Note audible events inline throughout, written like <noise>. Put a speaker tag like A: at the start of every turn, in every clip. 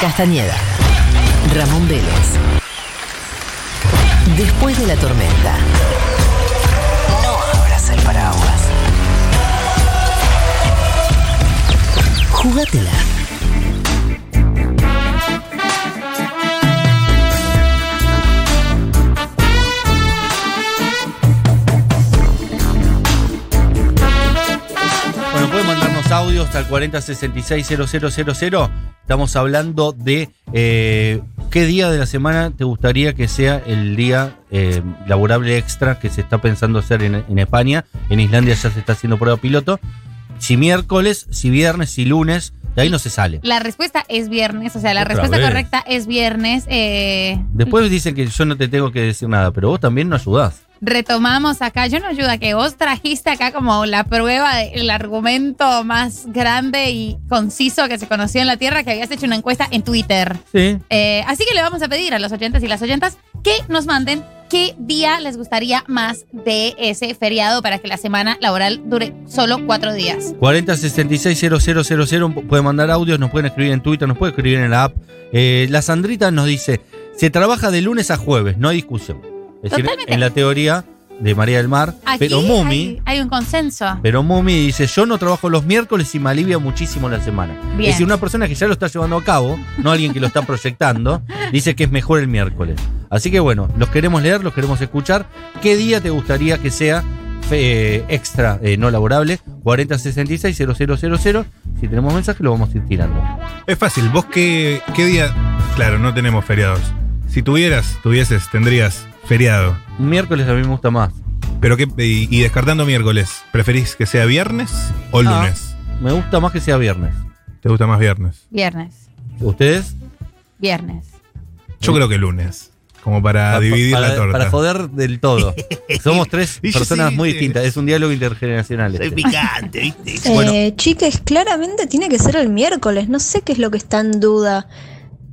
A: Castañeda. Ramón Vélez. Después de la tormenta. No abras el paraguas. Jugátela.
B: Bueno, pueden mandarnos audios al 40660000. Estamos hablando de eh, qué día de la semana te gustaría que sea el día eh, laborable extra que se está pensando hacer en, en España. En Islandia ya se está haciendo prueba piloto. Si miércoles, si viernes, si lunes, de ahí no se sale.
C: La respuesta es viernes, o sea, la
B: Otra
C: respuesta
B: vez.
C: correcta es viernes. eh,
B: Después dicen que yo no te tengo que decir nada, pero vos también no ayudás.
C: retomamos acá. Yo no ayuda que vos trajiste acá como la prueba, de- el argumento más grande y conciso que se conoció en la Tierra, que habías hecho una encuesta en Twitter.
B: Sí.
C: Eh, así que le vamos a pedir a los oyentes y las oyentas que nos manden qué día les gustaría más de ese feriado para que la semana laboral dure solo cuatro días.
B: 40660000 pueden mandar audios, nos pueden escribir en Twitter, nos pueden escribir en la app. Eh, la Sandrita nos dice, se trabaja de lunes a jueves, no hay discusión. Es decir,
C: Totalmente.
B: en la teoría de María del Mar,
C: Aquí
B: pero Mumi,
C: hay, hay un consenso.
B: pero Mumi dice, yo no trabajo los miércoles y me alivia muchísimo la semana.
C: Bien.
B: Es decir, una persona que ya lo está llevando a cabo, no alguien que lo está proyectando, dice que es mejor el miércoles. Así que bueno, los queremos leer, los queremos escuchar. ¿Qué día te gustaría que sea eh, extra, eh, no laborable? 4066-0000. Si tenemos mensaje, lo vamos a ir tirando.
D: Es fácil, vos qué, qué día. Claro, no tenemos feriados. Si tuvieras, tuvieses, tendrías feriado.
B: Miércoles a mí me gusta más.
D: Pero qué, y, y descartando miércoles, ¿preferís que sea viernes o
B: Ah.
D: lunes?
B: Me gusta más que sea viernes.
D: ¿Te gusta más viernes?
C: Viernes,
B: ¿Ustedes?
C: viernes.
D: Yo creo que lunes. Como para, dividir
B: para-
D: la torta.
B: Para joder del
D: <laughs>
B: todo. Somos tres
D: Y yo
B: personas
D: sí,
B: muy
D: sí.
B: distintas. Es un diálogo intergeneracional. este.
E: picante, ¿viste?
F: Eh, chiques, claramente tiene que ser el miércoles. No sé qué es lo que está en duda.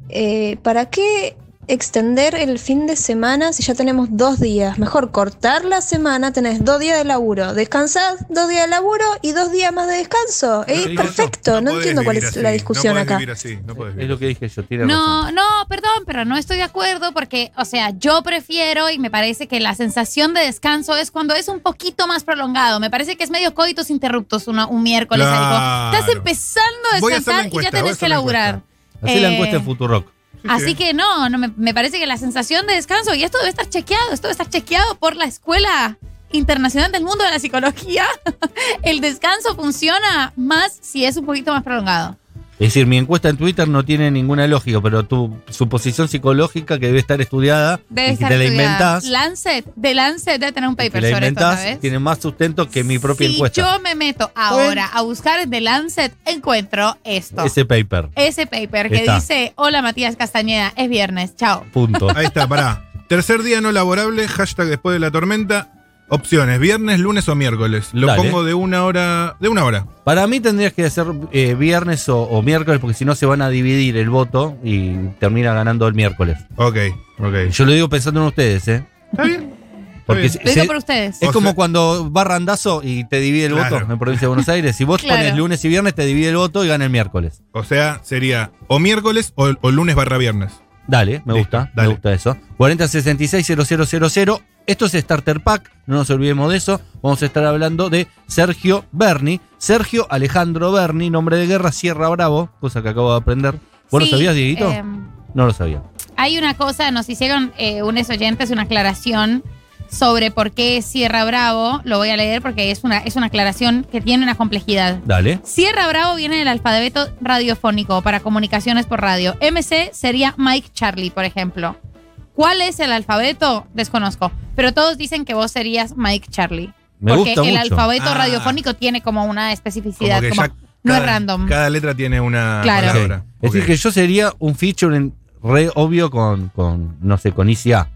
F: Eh, ¿Para qué extender el fin de semana si ya tenemos dos días? Mejor cortar la semana, tenés dos días de laburo. Descansás, dos días de laburo y dos días más de descanso.
D: Lo
F: Eh,
D: digo yo,
F: perfecto, no,
D: podés
F: entiendo cuál es
D: vivir así,
F: la discusión
D: no podés
F: acá.
D: Vivir así, no podés
B: Es
D: vivir.
B: lo que dije yo, tiene razón.
C: No, no, perdón, pero no estoy de acuerdo porque, o sea, yo prefiero y me parece que la sensación de descanso es cuando es un poquito más prolongado. Me parece que es medio coitus interruptos una- un miércoles. algo.
D: Claro.
C: Estás empezando a
D: Voy a hacer la
C: descansar
D: encuesta,
C: y ya
D: voy a
C: tenés
D: hacer
C: que
D: la
C: laburar.
B: Hacé la
C: Eh,
B: encuesta en Futurock.
C: Así que no, no me, me parece que la sensación de descanso, y esto debe estar chequeado, esto debe estar chequeado por la Escuela Internacional del Mundo de la Psicología, <laughs> el descanso funciona más si es un poquito más prolongado.
B: Es decir, mi encuesta en Twitter no tiene ninguna lógica, pero tu suposición psicológica que debe estar estudiada
C: Debe
B: y que
C: estar
B: te la
C: estudiada.
B: inventás,
C: Lancet, de Lancet debe tener un
B: que
C: paper
B: la
C: sobre
B: inventás,
C: esto, ¿sabes?
B: tiene más sustento que mi propia
C: si
B: encuesta.
C: yo me meto ahora a buscar en The Lancet, encuentro esto. Ese,
B: Ese paper.
C: paper que
B: Está.
C: dice, hola Matías Castañeda, es viernes, chao. <laughs>
B: Punto.
D: Ahí está, pará. Tercer día no laborable, hashtag después de la tormenta. Opciones, viernes, lunes o miércoles. Lo
B: Dale.
D: pongo de una hora. De una hora.
B: Para mí tendrías que hacer eh, viernes o, o miércoles, porque si no se van a dividir el voto y termina ganando el miércoles.
D: Ok, ok.
B: Yo lo digo pensando en ustedes, ¿eh?
D: Está bien.
B: Porque
D: bien.
B: se-
C: Lo digo
B: se-
C: por ustedes.
B: es
D: O
B: como
D: sea-
B: cuando va Randazo y te divide el
D: Claro.
B: voto en provincia de Buenos Aires. Si vos
C: Claro.
B: pones lunes y viernes, te divide el voto y gana el miércoles.
D: O sea, sería o miércoles o, o lunes barra viernes.
B: Dale, me
D: Listo,
B: gusta,
D: dale.
B: me gusta eso. 4066-0000. Esto es Starter Pack, no nos olvidemos de eso. Vamos a estar hablando de Sergio Berni. Sergio Alejandro Berni, nombre de guerra, Sierra Bravo, cosa que acabo de aprender. ¿Vos
C: Sí,
B: lo sabías, Dieguito?
C: em,
B: no lo sabía.
C: Hay una cosa, nos hicieron eh, unos oyentes una aclaración sobre por qué Sierra Bravo, lo voy a leer porque es una, es una aclaración que tiene una complejidad.
B: Dale.
C: Sierra Bravo viene del alfabeto radiofónico para comunicaciones por radio. MC sería Mike Charlie, por ejemplo. ¿Cuál es el alfabeto? Desconozco. Pero todos dicen que vos serías Mike Charlie.
B: Me
C: porque
B: gusta
C: el
B: mucho.
C: alfabeto
D: Ah.
C: radiofónico tiene como una especificidad. como- no es random.
D: Cada letra tiene una
C: Claro.
B: Ok.
D: palabra.
B: Es decir,
D: Ok.
B: que yo sería un featuring re obvio con, con no sé, con ICA.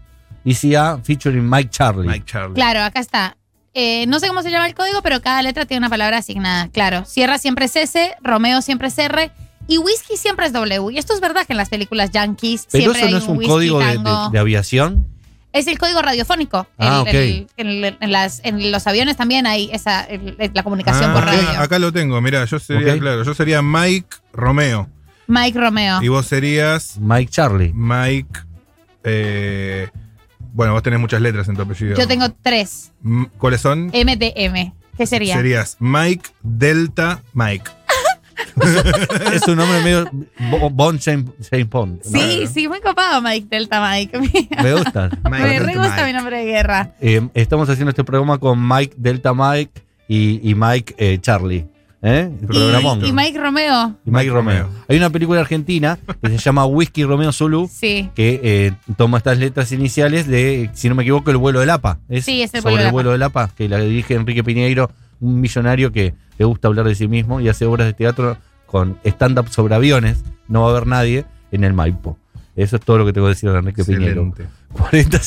B: ICA featuring Mike Charlie.
D: Mike Charlie.
C: Claro, acá está. Eh, no sé cómo se llama el código, pero cada letra tiene una palabra asignada. Claro, Sierra siempre es S, Romeo siempre es R y Whisky siempre es W. Y esto es verdad que en las películas yankees
B: Pero
C: siempre
B: eso no
C: hay
B: es un
C: whisky,
B: código de,
C: tango.
B: de- de aviación.
C: Es el código radiofónico.
B: Ah,
C: El- el- en, en las- en los aviones también hay esa, el- la comunicación
D: Ah,
C: por
D: acá-
C: radio.
D: Acá lo tengo, mirá, yo sería,
B: Ok.
D: claro, yo sería Mike Romeo.
C: Mike Romeo.
D: Y vos serías
B: Mike
D: <laughs>
B: Charlie.
D: Mike. eh, bueno, vos tenés muchas letras en tu apellido.
C: Yo tengo tres.
D: M- ¿Cuáles son?
C: MDM. ¿Qué sería?
D: Serías Mike Delta Mike.
B: es un nombre medio Bo- Bon Saint, Saint Pond. ¿no?
C: Sí, sí, muy copado Mike Delta Mike. <laughs>
B: Me gusta.
C: Me re gusta
D: Mike.
C: mi nombre de guerra.
B: Eh, estamos haciendo este programa con Mike Delta Mike y, y Mike eh, Charlie. ¿Eh? El
C: Y,
B: programón.
C: y Mike Romeo.
B: Y Mike Romeo. Hay una película argentina que se llama Whisky Romeo Zulu
C: Sí.
B: que eh, toma estas letras iniciales de, si no me equivoco, el vuelo del APA. Es
C: Sí, es el
B: sobre
C: vuelo del
B: el
C: APA.
B: vuelo del APA, que la dirige Enrique Piñeiro, un millonario que le gusta hablar de sí mismo y hace obras de teatro con stand-up sobre aviones. No va a haber nadie en el Maipo. Eso es todo lo que tengo que decir de Enrique Piñeiro.
D: Excelente.
B: 40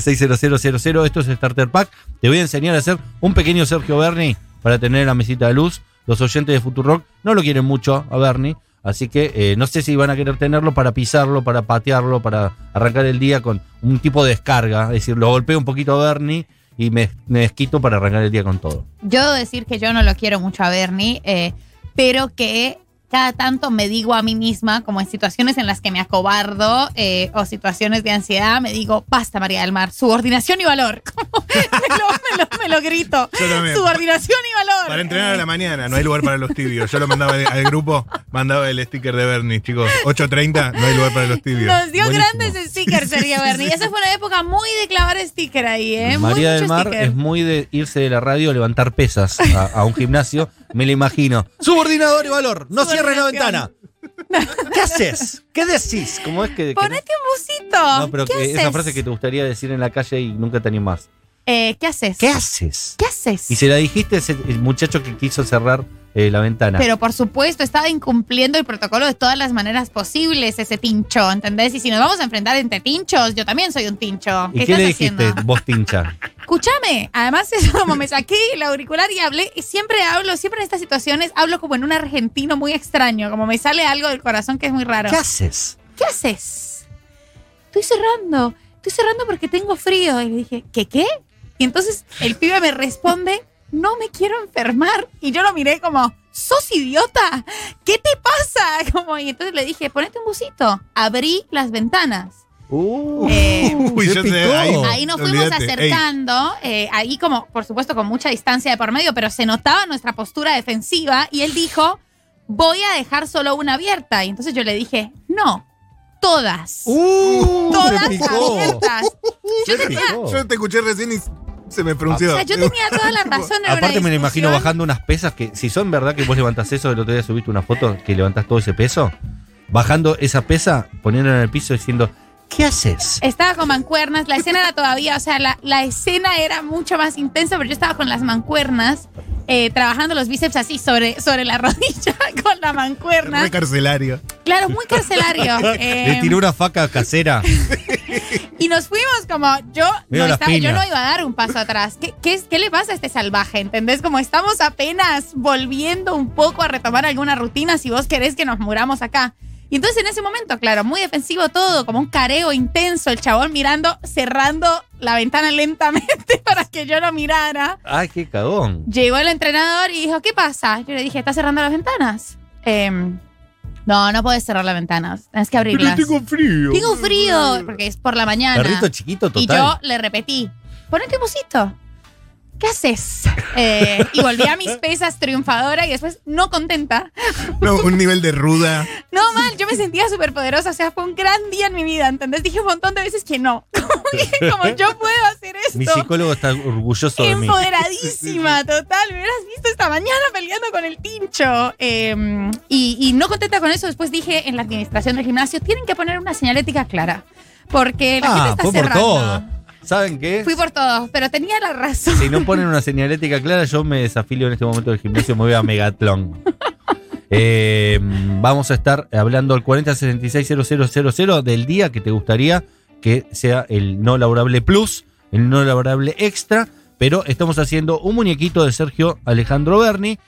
B: 66 000. Esto es Starter Pack. Te voy a enseñar a hacer un pequeño Sergio Berni para tener en la mesita de luz. Los oyentes de Futurock no lo quieren mucho a Berni, así que eh, no sé si van a querer tenerlo para pisarlo, para patearlo, para arrancar el día con un tipo de descarga. Es decir, lo golpeo un poquito a Berni y me, me desquito para arrancar el día con todo.
C: Yo debo decir que yo no lo quiero mucho a Bernie, eh, pero que cada tanto me digo a mí misma, como en situaciones en las que me acobardo eh, o situaciones de ansiedad, me digo, basta María del Mar, subordinación y valor. <laughs> Como me, lo, me lo- me lo grito.
D: Yo también.
C: Subordinación y valor.
D: Para entrenar a la mañana, no hay lugar para los tibios. Yo lo mandaba al, al grupo, mandaba el sticker de Bernie, chicos. 8.30, no hay lugar para los tibios.
C: Nos dio
B: Buenísimo.
C: grandes stickers, sería Bernie. Esa fue una época muy de clavar sticker ahí, ¿eh? Muy
B: María del
C: mucho
B: Mar
C: sticker.
B: es muy de irse de la radio a levantar pesas a, a un gimnasio, me lo imagino. Subordinador y valor, no cierres la ventana.
C: Subordinación.
B: ¿Qué haces? ¿Qué decís? ¿Cómo es que, que no-
C: Ponete un busito.
B: No, pero
C: ¿Qué
B: que esa
C: haces?
B: frase que te gustaría decir en la calle y nunca te animás.
C: Eh, ¿Qué haces?
B: ¿Qué haces?
C: ¿Qué haces?
B: Y se la dijiste a ese el muchacho que quiso cerrar eh, la ventana.
C: Pero por supuesto, estaba incumpliendo el protocolo de todas las maneras posibles ese tincho, ¿entendés? Y si nos vamos a enfrentar entre tinchos, yo también soy un tincho.
B: ¿Y qué,
C: estás
B: le dijiste
C: haciendo?
B: vos,
C: <laughs>
B: tincha?
C: Escúchame, además es como me saqué el auricular y hablé, y siempre hablo, siempre en estas situaciones hablo como en un argentino muy extraño, como me sale algo del corazón que es muy raro.
B: ¿Qué haces?
C: ¿Qué haces? Estoy cerrando, estoy cerrando porque tengo frío. Y le dije, ¿qué qué? Y entonces el pibe me responde, no me quiero enfermar. Y yo lo miré como, sos idiota, ¿qué te pasa? <laughs> Como, y entonces le dije, ponete un busito, abrí las ventanas.
B: Uh,
C: Eh,
D: Uy,
B: se
D: yo
B: picó.
D: sé, ahí-
C: Ahí nos fuimos
D: Oh, Olvídate. Ey,
C: acercando, eh, ahí como, por supuesto, con mucha distancia de por medio, pero se notaba nuestra postura defensiva y él dijo, voy a dejar solo una abierta. Y entonces yo le dije, no, todas
B: Uh,
C: todas
B: se picó.
C: abiertas.
B: Se
C: Yo <laughs> tenía,
B: picó.
D: Yo te escuché recién y se me
C: o
D: pronunció.
C: sea, yo tenía toda la razón. era una
B: Aparte me lo imagino
C: discusión.
B: bajando unas pesas que, si son verdad que vos levantás eso, el otro día subiste una foto que levantás todo ese peso, bajando esa pesa, poniéndola en el piso diciendo, ¿qué haces?
C: Estaba con mancuernas, la escena era todavía, o sea, la, la escena era mucho más intensa, pero yo estaba con las mancuernas, eh, trabajando los bíceps así sobre, sobre la <laughs> rodilla con la mancuerna.
D: Re carcelario.
C: Claro, muy carcelario. eh,
B: Le tiró una faca casera.
C: y nos fuimos como, yo
B: Mira
C: no,
B: las
C: estaba- yo
B: piñas.
C: no iba a dar un paso atrás. ¿Qué, qué, es- ¿Qué le pasa a este salvaje? ¿Entendés? Como estamos apenas volviendo un poco a retomar alguna rutina si vos querés que nos muramos acá. Y entonces en ese momento, claro, muy defensivo todo, como un careo intenso, el chabón mirando, cerrando la ventana lentamente <laughs> para que yo lo mirara.
B: Ay, qué cagón.
C: Llegó el entrenador y dijo, ¿qué pasa? Yo le dije, ¿estás cerrando las ventanas? Em, no, no puedes cerrar las ventanas, tienes que abrirlas.
D: frío.
C: Tengo frío, porque es por la mañana.
B: Perrito chiquito total.
C: Y yo le repetí, ponete un busito. ¿Qué haces? Eh, y volví a mis pesas triunfadora y después no contenta.
D: No, un nivel de ruda.
C: No, mal, yo me sentía súper poderosa. O sea, fue un gran día en mi vida, ¿entendés? Dije un montón de veces que no. <laughs> Como, que, como yo puedo hacer
B: Mi
C: esto.
B: psicólogo está orgulloso de mí.
C: Empoderadísima, total. Me hubieras visto esta mañana peleando con el tincho. Eh, y, y no contenta con eso, después dije en la administración del gimnasio, tienen que poner una señalética clara. Porque la gente
B: Ah,
C: está
B: fue por
C: cerrando.
B: todo. ¿Saben qué?
C: Fui por todo, pero tenía la razón.
B: Si no ponen una señalética clara, yo me desafío en este momento del gimnasio, me voy a Megatlón. Eh, vamos a estar hablando al 40660000 del día que te gustaría que sea el no laborable plus, el no laborable extra, pero estamos haciendo un muñequito de Sergio Alejandro Berni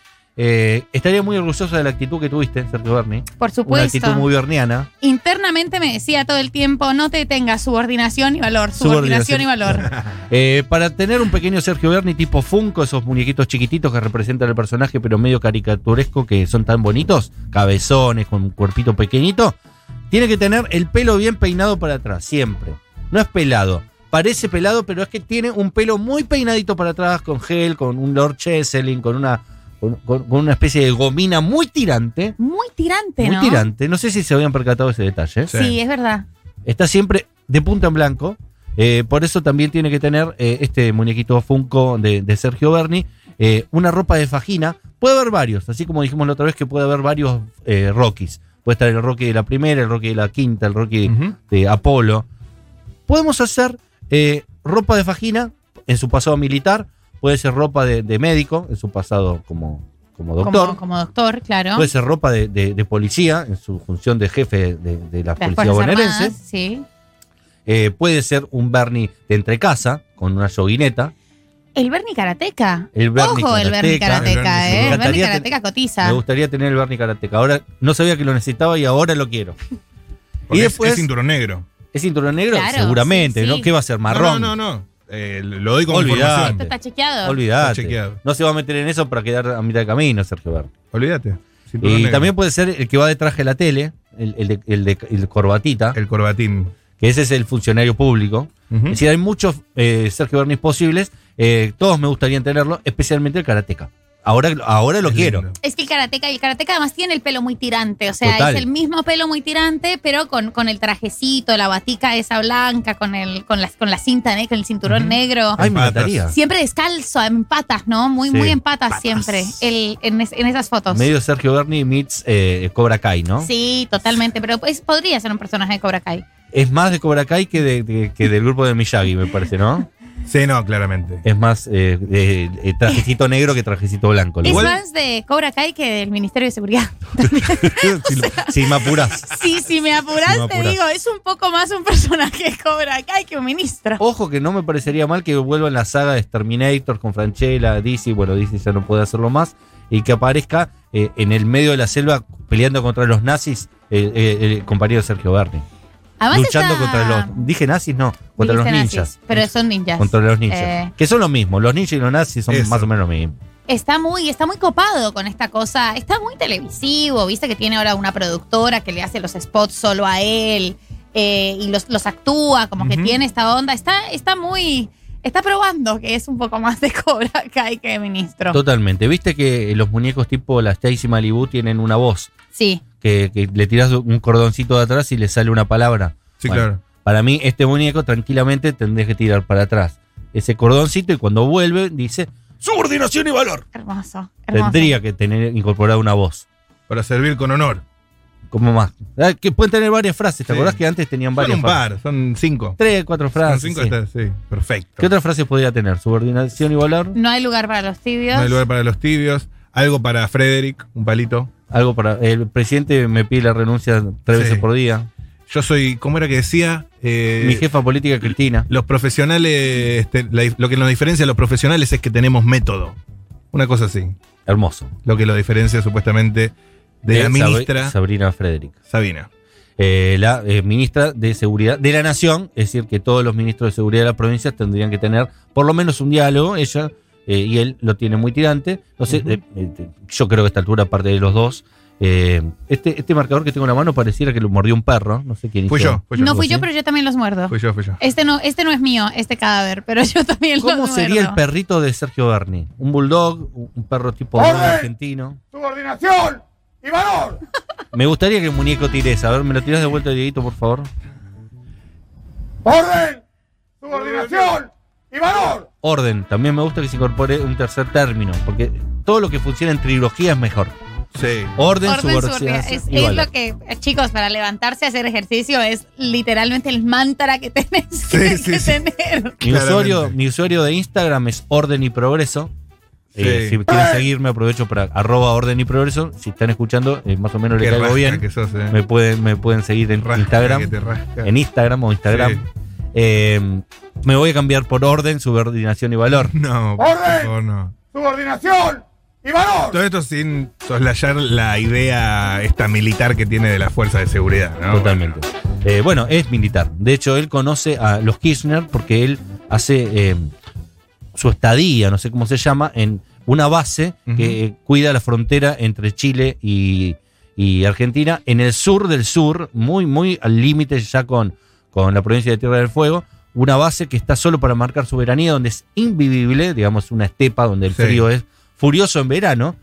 B: Eh, estaría muy orgulloso de la actitud que tuviste, Sergio Berni.
C: Por
B: Una actitud
C: supuesto.
B: muy berniana.
C: Internamente me decía todo el tiempo, no te tengas subordinación y valor,
B: Subordinación.
C: subordinación, y valor.
B: <laughs> Eh, para tener un pequeño Sergio Berni tipo Funko, esos muñequitos chiquititos que representan el personaje, pero medio caricaturesco que son tan bonitos, cabezones, con un cuerpito pequeñito, tiene que tener el pelo bien peinado para atrás, siempre. No es pelado. Parece pelado, pero es que tiene un pelo muy peinadito para atrás, con gel, con un Lord Cheselin, con una, con, con- con una especie de gomina muy tirante.
C: Muy tirante,
B: Muy
C: ¿no?
B: tirante. No sé si se habían percatado ese detalle.
C: Sí, es verdad.
B: Está siempre de punta en blanco. eh, por eso también tiene que tener eh, este muñequito Funko de, de Sergio Berni. eh, una ropa de fajina. Puede haber varios, así como dijimos la otra vez que puede haber varios eh, Rockies. Puede estar el Rocky de la primera, el Rocky de la quinta, el Rocky
D: Ujú.
B: de Apolo. Podemos hacer eh, ropa de fajina en su pasado militar. Puede ser ropa de, de médico en su pasado como, como doctor. Pues,
C: Como, como doctor, claro.
B: Puede ser ropa de, de- de policía en su función de jefe de, de la
C: Las
B: policía
C: Fuerzas
B: bonaerense.
C: Armadas, sí.
B: Eh, puede ser un Bernie de entrecasa, con una yoguineta.
C: El Bernie Karateka.
B: El Bernie
C: Ojo, el Bernie
B: Karateka.
D: El
C: Karateka, ¿eh?
D: Bernie
C: El
B: seguro.
C: Bernie
B: Trataría de-
C: Karateka cotiza.
B: Me gustaría tener el Bernie Karateka. Ahora no sabía que lo necesitaba y ahora lo quiero. Y
D: Porque es-
B: después-
D: es cinturón negro.
B: ¿Es cinturón negro?
C: Claro,
B: Seguramente,
C: sí, sí.
B: ¿no? ¿Qué va a ser? Marrón.
D: No, no, no. no. Eh, lo doy como
B: Olvidate.
C: Esto
D: información.
C: está chequeado.
B: Olvídate.
D: Está chequeado.
B: No se va a meter en eso para quedar a mitad de camino, Sergio Bernie.
D: Olvídate.
B: Y
D: Cinturón negro.
B: también puede ser el que va de traje a la tele, el, el de, el de- el corbatita,
D: el corbatín.
B: que ese es el funcionario público.
D: Ujú.
B: Es decir, hay muchos eh, Sergio Bernis posibles. eh, todos me gustaría tenerlo, especialmente el Karateka. Ahora, ahora lo
D: Es
B: quiero.
D: lindo.
C: Es que el Karateka, y el Karateka además tiene el pelo muy tirante. O sea,
B: Total.
C: es el mismo pelo muy tirante, pero con, con el trajecito, la batica esa blanca, con el, con las con la cinta, ¿eh? con el cinturón
D: Ujú.
C: negro.
B: Ay, me
D: Patas.
B: encantaría.
C: Siempre descalzo, en patas, ¿no? Muy,
B: Ah. Sí,
C: muy en patas,
B: patas.
C: siempre. El, en, es- en esas fotos.
B: Medio Sergio Berni meets eh, Cobra Kai, ¿no?
C: Sí, totalmente. Pero es- podría ser un personaje de Cobra Kai.
B: Es más de Cobra Kai que, de- de- que del grupo de Miyagi, me parece, ¿no?
D: Sí, no, claramente.
B: Es más eh, de, eh, trajecito negro que trajecito blanco.
C: Es
B: Igual,
C: más de Cobra Kai que del Ministerio
B: <laughs>
C: de Seguridad.
B: eh,
C: <laughs>
B: si, lo- si me apurás.
C: Sí, si me apuras,
B: Si me
C: te
B: apuras.
C: digo, es un poco más un personaje de Cobra Kai que un ministro.
B: Ojo que no me parecería mal que vuelvan la saga de Terminator con Franchella, DC, bueno, DC ya no puede hacerlo más, y que aparezca eh, en el medio de la selva peleando contra los nazis eh, eh, el compañero Sergio Berni.
C: Además
B: Luchando
C: está-
B: contra los... Dije nazis, no, contra los
C: Dijiste nazis,
B: ninjas.
C: Pero son ninjas.
B: contra los ninjas.
C: Eh.
B: Que son lo mismo, los ninjas y los nazis son
D: Eso.
B: más o menos lo mismo.
C: Está muy, está muy copado con esta cosa. Está muy televisivo. Viste que tiene ahora una productora que le hace los spots solo a él eh, y los, los actúa, como que
D: Ujú.
C: tiene esta onda. Está, está muy. Está probando que es un poco más de Cobra Kai que de ministro.
B: Totalmente. Viste que los muñecos tipo las Stacy Malibu tienen una voz.
C: Sí.
B: Que, que le tiras un cordoncito de atrás y le sale una palabra.
D: Sí,
B: Bueno,
D: claro.
B: Para mí, este muñeco tranquilamente tendrías que tirar para atrás ese cordoncito y cuando vuelve dice subordinación y valor.
C: Hermoso. hermoso.
B: Tendría que tener incorporada una voz.
D: Para servir con honor.
B: Como más. Ah, Que pueden tener varias frases. ¿Te
D: Sí.
B: acordás que antes tenían
D: Son
B: varias
D: un
B: frases?
D: par, son cinco.
B: Tres, cuatro
D: Son
B: frases.
D: cinco,
B: sí.
D: está- sí, perfecto.
B: ¿Qué otras frases podría tener? Subordinación y valor.
C: No hay lugar para los tibios.
D: No hay lugar para los tibios. Algo para Frederick, un palito.
B: Algo para. El presidente me pide la renuncia tres
D: Sí.
B: veces por día.
D: Yo soy, ¿cómo era que decía? Eh,
B: Mi jefa política, Cristina.
D: Los profesionales, este, la dif- lo que nos diferencia a los profesionales es que tenemos método. Una cosa así.
B: Hermoso.
D: Lo que lo diferencia supuestamente de, la
B: Sabri-
D: ministra
B: Sabrina Frederick.
D: Sabina.
B: Eh, la eh, ministra de Seguridad de la Nación, es decir, que todos los ministros de Seguridad de las provincias tendrían que tener por lo menos un diálogo, ella eh, y él lo tiene muy tirante. Entonces,
D: Ujú.
B: eh, eh, yo creo que a esta altura, aparte de los dos, eh, este, este marcador que tengo en la mano pareciera que lo mordió un perro, no sé quién
D: Fui
B: hizo.
D: yo, fui yo.
C: No fui yo,
B: ¿Sí? Pues-
C: pero yo también los muerdo.
D: Fui yo, fui yo.
C: Este no, este no es mío, este cadáver, pero <laughs> yo también
B: ¿Cómo
C: los
B: sería el
C: muerdo.
B: perrito de Sergio Berni? ¿Un bulldog? ¿Un un perro tipo
E: ¡Orden!
B: dogo argentino?
E: subordinación y valor.
B: Me gustaría que el muñeco tires. A ver, ¿me lo tiras de vuelta, Dieguito, por favor?
E: Orden, subordinación y valor.
B: Orden. También me gusta que se incorpore un tercer término, porque todo lo que funciona en trilogía es mejor.
D: Sí.
B: Orden,
C: Orden,
B: subordinación.
C: subordinación. Es,
B: y
C: es
B: valor.
C: lo que, eh, chicos, para levantarse a hacer ejercicio es literalmente el mantra que tenés que,
D: Sí, sí,
C: que
D: sí.
C: tener.
B: mi, usuario,
D: Claramente.
B: mi usuario de Instagram es Orden y Progreso. Eh,
D: Sí.
B: si quieren seguirme, aprovecho para arroba Orden y Progreso. Si están escuchando, eh, más o menos
D: Qué
B: les caigo
D: rasca
B: bien.
D: que sos, eh.
B: Me pueden, me pueden seguir en
D: Rasca que
B: Instagram.
D: te rasca.
B: En Instagram o Instagram. Eh, me voy a cambiar por orden, subordinación y valor.
D: <laughs> No, por
E: Orden.
D: favor, no.
E: Subordinación y y valor.
D: Todo esto sin soslayar la idea esta militar que tiene de la fuerza de seguridad, ¿no?
B: Totalmente. Eh, bueno, es militar. De hecho, él conoce a los Kirchner porque él hace eh, su estadía, no sé cómo se llama, en una base que eh, cuida la frontera entre Chile y, y Argentina, en el sur del sur, muy, muy al límite ya con, con la provincia de Tierra del Fuego. Una base que está solo para marcar soberanía, donde es invivible, digamos, una estepa donde el
D: Sí.
B: frío es furioso en verano.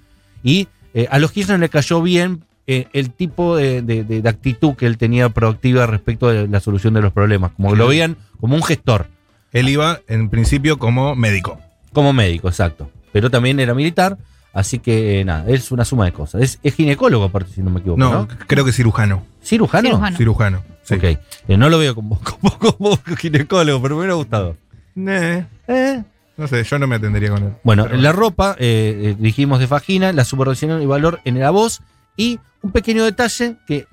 B: Y eh, a los Kirchner le cayó bien eh, el tipo de, de- de- de actitud que él tenía proactiva respecto de la solución de los problemas. Como que lo veían como un gestor,
D: Él iba en principio como médico.
B: como médico, exacto. Pero también era militar, así que eh, nada, es una suma de cosas. Es, es ginecólogo, aparte, si no me equivoco.
D: No,
B: No,
D: creo que cirujano.
B: ¿Cirujano?
C: Cirujano.
D: Cirujano. Sí.
B: Ok. Eh, no lo veo <laughs> como, como, como ginecólogo, pero me hubiera gustado.
D: Nah,
B: Eh,
D: no sé, yo no me atendería con él.
B: Bueno,
D: Pero
B: la ropa, eh, eh, dijimos de Fagina, la supervisión y valor en la voz. Y un pequeño detalle que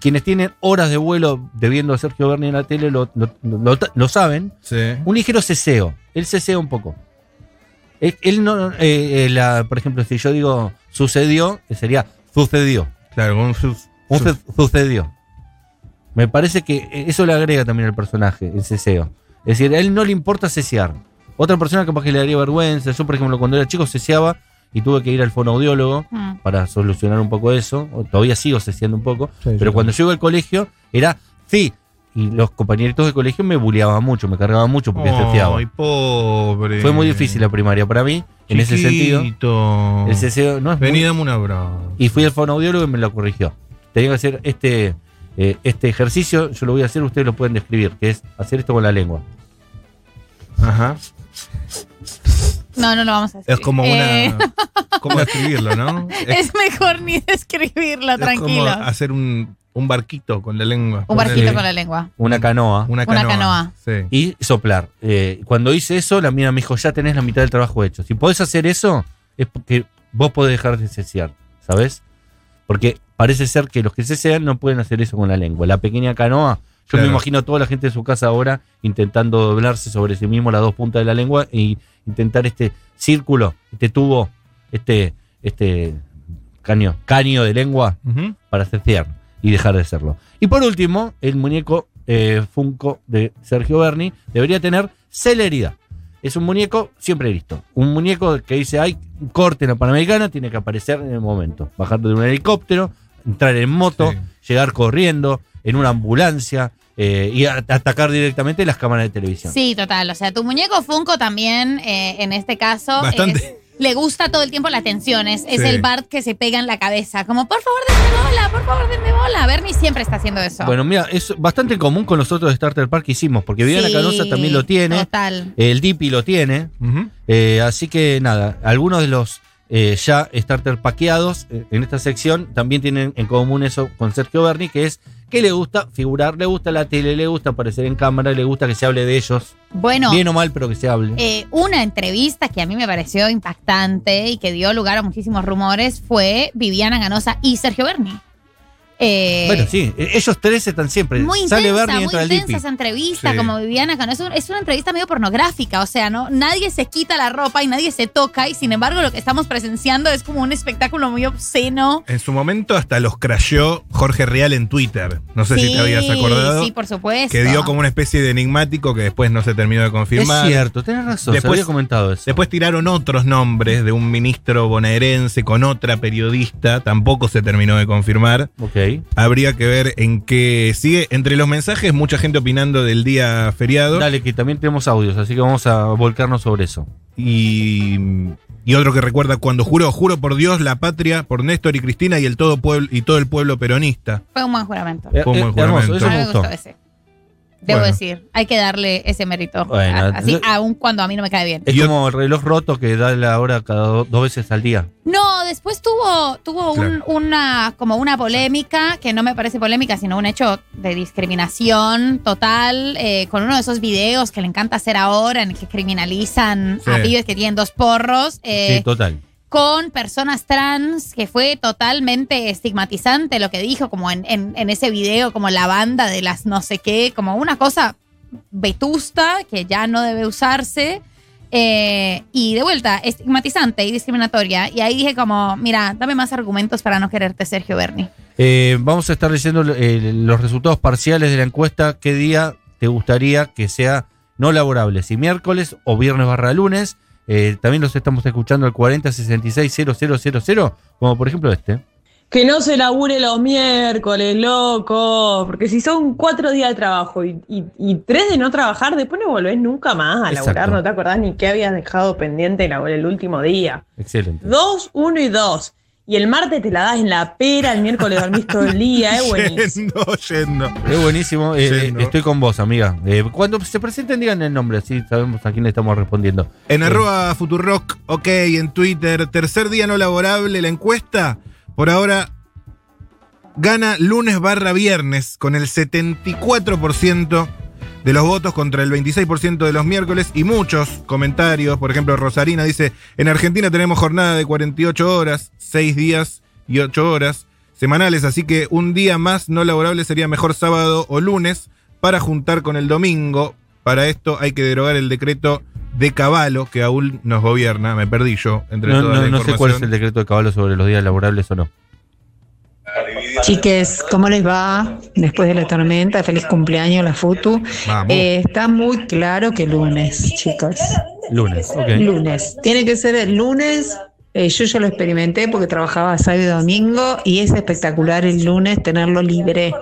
B: quienes tienen horas de vuelo debiendo a Sergio Berni en la tele lo, lo- lo- lo saben.
D: Sí.
B: Un ligero ceseo. Él cesea un poco. Él, él no, eh, eh, la- por ejemplo, si yo digo sucedió, sería sucedió.
D: Claro, un sus-
B: Un
D: sus-
B: ce- sucedió. Me parece que eh, eso le agrega también al personaje, el ceseo. Es decir, a él no le importa cesear. Otra persona capaz que le daría vergüenza. Yo, por ejemplo, cuando era chico ceseaba y tuve que ir al fonoaudiólogo
C: Mm.
B: para solucionar un poco eso. O Todavía sigo ceseando un poco.
D: Sí,
B: pero
D: yo
B: cuando llego al colegio era sí. Y los compañeritos de colegio me bulleaban mucho, me cargaban mucho porque ceseaba.
D: Ay, pobre.
B: Fue muy difícil la primaria para mí, en ese sentido.
D: Chiquito.
B: El ceseo no es muy-
D: Vení, dame un abrazo.
B: y fui al fonoaudiólogo y me lo corrigió. Tenía que hacer este, eh, este ejercicio, yo lo voy a hacer, ustedes lo pueden describir, que es hacer esto con la lengua.
D: Ajá.
C: No, no lo vamos a hacer.
D: Es como una.
C: Eh, <laughs>
D: ¿Cómo escribirlo, no?
C: es mejor ni describirla,
D: es como
C: tranquilo.
D: hacer un, un barquito con la lengua.
C: Un barquito
D: Ponerle
C: con la lengua.
B: Una canoa.
D: Una
C: Una
D: canoa.
C: canoa.
D: Sí.
B: Y soplar. Eh, cuando hice eso, la mina me dijo, ya tenés la mitad del trabajo hecho. Si podés hacer eso, es porque vos podés dejar de cesear, ¿sabes? Porque parece ser que los que cesean no pueden hacer eso con la lengua. La pequeña canoa, yo
D: Claro.
B: me imagino a toda la gente de su casa ahora intentando doblarse sobre sí mismo las dos puntas de la lengua e intentar este círculo, este tubo, este, este caño, caño de lengua
D: Ujú.
B: para cesear y dejar de serlo. Y por último, el muñeco eh, Funko de Sergio Berni debería tener celeridad. Es un muñeco siempre listo. Un muñeco que dice, hay corte en la Panamericana, tiene que aparecer en el momento. Bajar de un helicóptero, entrar en moto,
D: Sí.
B: llegar corriendo, en una ambulancia eh, y a- atacar directamente las cámaras de televisión.
C: Sí, total. O sea, tu muñeco Funko también, eh, en este caso,
D: Bastante.
C: es- le gusta todo el tiempo la atención. Es, es
D: Sí.
C: el Bart que se pega en la cabeza. Como, por favor, denme bola, por favor, denme bola. Bernie siempre está haciendo eso.
B: Bueno, mira, es bastante común con los otros de Starter Park que hicimos, porque Viviana
C: Sí, Ah.
B: Canosa también lo tiene,
C: Total.
B: el Dipi lo tiene,
D: Ujú.
B: Eh, así que nada, algunos de los eh, ya starter paqueados eh, en esta sección también tienen en común eso con Sergio Berni, que es que le gusta figurar, le gusta la tele, le gusta aparecer en cámara, le gusta que se hable de ellos,
C: Bueno.
B: bien o mal, pero que se hable.
C: eh, una entrevista que a mí me pareció impactante y que dio lugar a muchísimos rumores fue Viviana Ganosa y Sergio Berni. Eh,
B: bueno, sí, eh, ellos tres están siempre.
C: Muy intensa,
B: Sale Berni,
C: muy
B: entra el
C: intensa
B: Dipi.
C: esa entrevista,
D: Sí.
C: como Viviana Cano. Es, un- es una entrevista medio pornográfica, o sea, no nadie se quita la ropa y nadie se toca, y sin embargo lo que estamos presenciando es como un espectáculo muy obsceno.
D: En su momento hasta los crasheó Jorge Real en Twitter. No sé si te habías acordado.
C: Sí, por supuesto.
D: que dio como una especie de enigmático que después no se terminó de
B: Es
D: confirmar.
B: cierto, tenés razón, se
D: Después-
B: había comentado eso.
D: Después tiraron otros nombres de un ministro bonaerense con otra periodista, tampoco se terminó de confirmar.
B: ok,
D: Habría que ver en qué sigue. Entre los mensajes, mucha gente opinando del día feriado
B: dale, que también tenemos audios, así que vamos a volcarnos sobre eso.
D: y, y otro que recuerda cuando juró, juro por Dios, la patria, por Néstor y Cristina y el todo pueblo y todo el pueblo peronista.
C: Fue un buen juramento.
B: Eh,
D: Como el
B: eh,
D: juramento.
B: hermoso, eso
C: a mí
B: me
C: me
B: gustó.
C: gustó ese. Debo
D: Bueno.
C: decir, hay que darle ese mérito.
B: Bueno,
C: a- así,
B: yo-
C: aun cuando a mí no me cae bien.
B: Es
D: Y ot-
B: como el reloj roto que da la hora cada do- dos veces al día.
C: No, después tuvo, tuvo un- una, como una polémica, que no me parece polémica, sino un hecho de discriminación total, eh, con uno de esos videos que le encanta hacer ahora, en el que criminalizan
D: Sí.
C: a pibes que tienen dos porros, eh,
B: sí, total.
C: con personas trans, que fue totalmente estigmatizante lo que dijo, como en, en- en ese video, como la banda de las no sé qué, como una cosa vetusta que ya no debe usarse. eh, y de vuelta, estigmatizante y discriminatoria. Y ahí dije como, mira, dame más argumentos para no quererte, Sergio Berni.
B: Eh, vamos a estar leyendo eh, los resultados parciales de la encuesta. ¿Qué día te gustaría que sea no laborable? ¿Si miércoles o viernes barra lunes? Eh, también los estamos escuchando al 40660000, como por ejemplo este.
G: Que no se labure los miércoles, loco. Porque si son cuatro días de trabajo y, y- y tres de no trabajar, después no volvés nunca más a
B: Exacto.
G: laburar. No te acordás ni qué habías dejado pendiente de laburar el último día.
B: Excelente.
G: Dos, uno y dos. Y el martes te la das en la pera, el miércoles dormís todo el
D: <laughs>
G: día, es buenísimo.
D: Yendo, yendo.
B: Es buenísimo. eh,
D: Sí,
B: eh,
D: ¿no?
B: Estoy con vos, amiga. Eh, cuando se presenten, digan el nombre, así sabemos a quién le estamos respondiendo.
D: En
B: Eh,
D: arroba Futurock, ok, en Twitter, tercer día no laborable, la encuesta, por ahora gana lunes barra viernes con el 74% de los votos contra el 26% de los miércoles y muchos comentarios, por ejemplo Rosarina dice, en Argentina tenemos jornada de 48 horas, 6 días y 8 horas semanales, así que un día más no laborable sería mejor sábado o lunes para juntar con el domingo. Para esto hay que derogar el decreto de Caballo que aún nos gobierna, me perdí yo entre
B: no,
D: toda
B: no-
D: la
B: no sé
D: información.
B: cuál es el decreto de caballo sobre los días laborables o no.
H: Chiques, ¿cómo les va? Después de la tormenta, feliz cumpleaños a la Futu.
D: Vamos.
H: Eh, está muy claro que lunes, chicos.
B: Lunes, ok.
H: Lunes. Tiene que ser el lunes. Eh, yo ya lo experimenté porque trabajaba sábado y domingo y es espectacular el lunes tenerlo libre.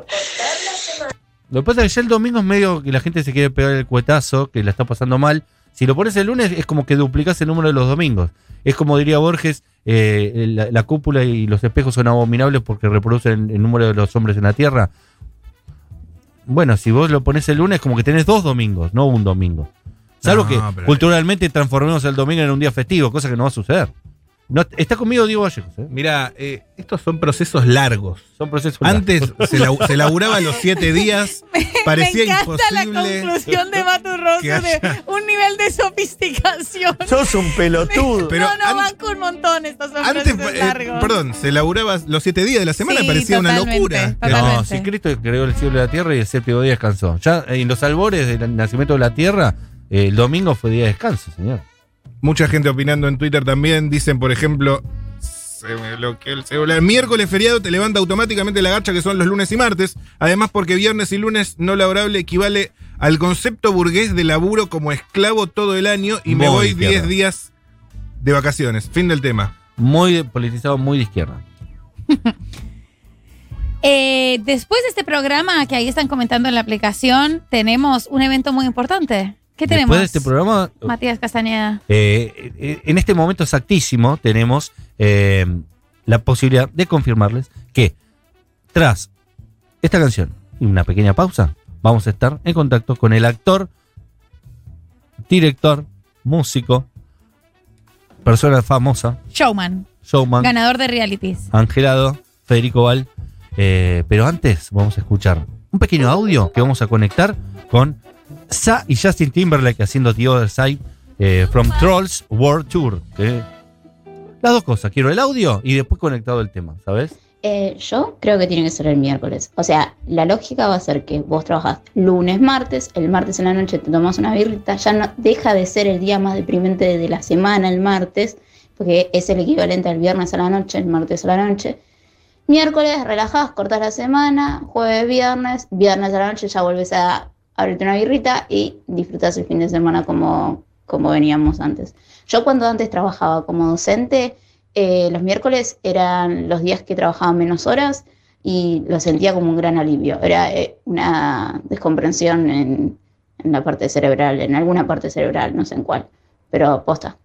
B: Lo que pasa es que ya el domingo es medio que la gente se quiere pegar el cuetazo, que la está pasando mal. Si lo pones el lunes es como que duplicas el número de los domingos. Es como diría Borges, eh, la, la cúpula y los espejos son abominables porque reproducen el número de los hombres en la Tierra. Bueno, si vos lo pones el lunes como que tenés dos domingos, no un domingo. Salvo
D: No,
B: que
D: pero-
B: culturalmente transformemos el domingo en un día festivo, cosa que no va a suceder. No, está conmigo Diego Vallejos. ¿eh?
D: Mira, eh, estos son procesos largos.
B: Son procesos.
D: Antes se, lau- se laburaba los
C: <laughs>
D: siete días, parecía
C: Me encanta la
D: imposible.
C: conclusión de Maturroso
D: <laughs> que haya-
C: de un nivel de sofisticación.
I: Sos un pelotudo.
D: Pero
C: no, no,
D: an-
C: banco un montón estos hombres
D: Antes,
C: de
D: eh,
C: largo.
D: perdón, se laburaba los siete días de la semana,
C: Sí,
D: parecía una
C: totalmente,
D: locura.
C: totalmente.
B: No, si Cristo creó el cielo y la tierra y el séptimo día descansó. Ya eh, en los albores del nacimiento de la tierra, eh, el domingo fue día de descanso, señor.
D: Mucha gente opinando en Twitter también, dicen, por ejemplo, se me bloqueó el celular. Miércoles feriado te levanta automáticamente la garcha que son los lunes y martes. Además, porque viernes y lunes no laborable equivale al concepto burgués de laburo como esclavo todo el año y me
B: Muy
D: voy
B: tierra.
D: 10 días de vacaciones. Fin del tema.
B: Muy politizado, muy de izquierda.
C: Eh, después de este programa que ahí están comentando en la aplicación, tenemos un evento muy importante. ¿Qué tenemos?
B: Después de este programa,
C: Matías Castañeda.
B: eh, eh, en este momento exactísimo, tenemos eh, la posibilidad de confirmarles que tras esta canción y una pequeña pausa, vamos a estar en contacto con el actor, director, músico, persona famosa,
C: Showman,
B: showman.
C: ganador de realities.
B: Angelado, Federico Val. Eh, pero antes vamos a escuchar un pequeño audio que vamos a conectar con Sa y Justin Timberlake haciendo The Other Side eh, from Trolls World Tour. que- las dos cosas, quiero el audio y después conectado el tema, ¿sabes?
J: Eh, yo creo que tiene que ser el miércoles. O sea, la lógica va a ser que vos trabajás lunes, martes, el martes en la noche te tomás una birrita, ya no deja de ser el día más deprimente de la semana el martes, porque es el equivalente al viernes a la noche, el martes a la noche. Miércoles relajás, cortás la semana, jueves, viernes, viernes a la noche ya volvés a abrirte una birrita y disfrutás el fin de semana como, como veníamos antes. Yo cuando antes trabajaba como docente, eh, los miércoles eran los días que trabajaba menos horas y lo sentía como un gran alivio. Era eh, una descomprensión en, en la parte cerebral, en alguna parte cerebral, no sé en cuál, pero posta.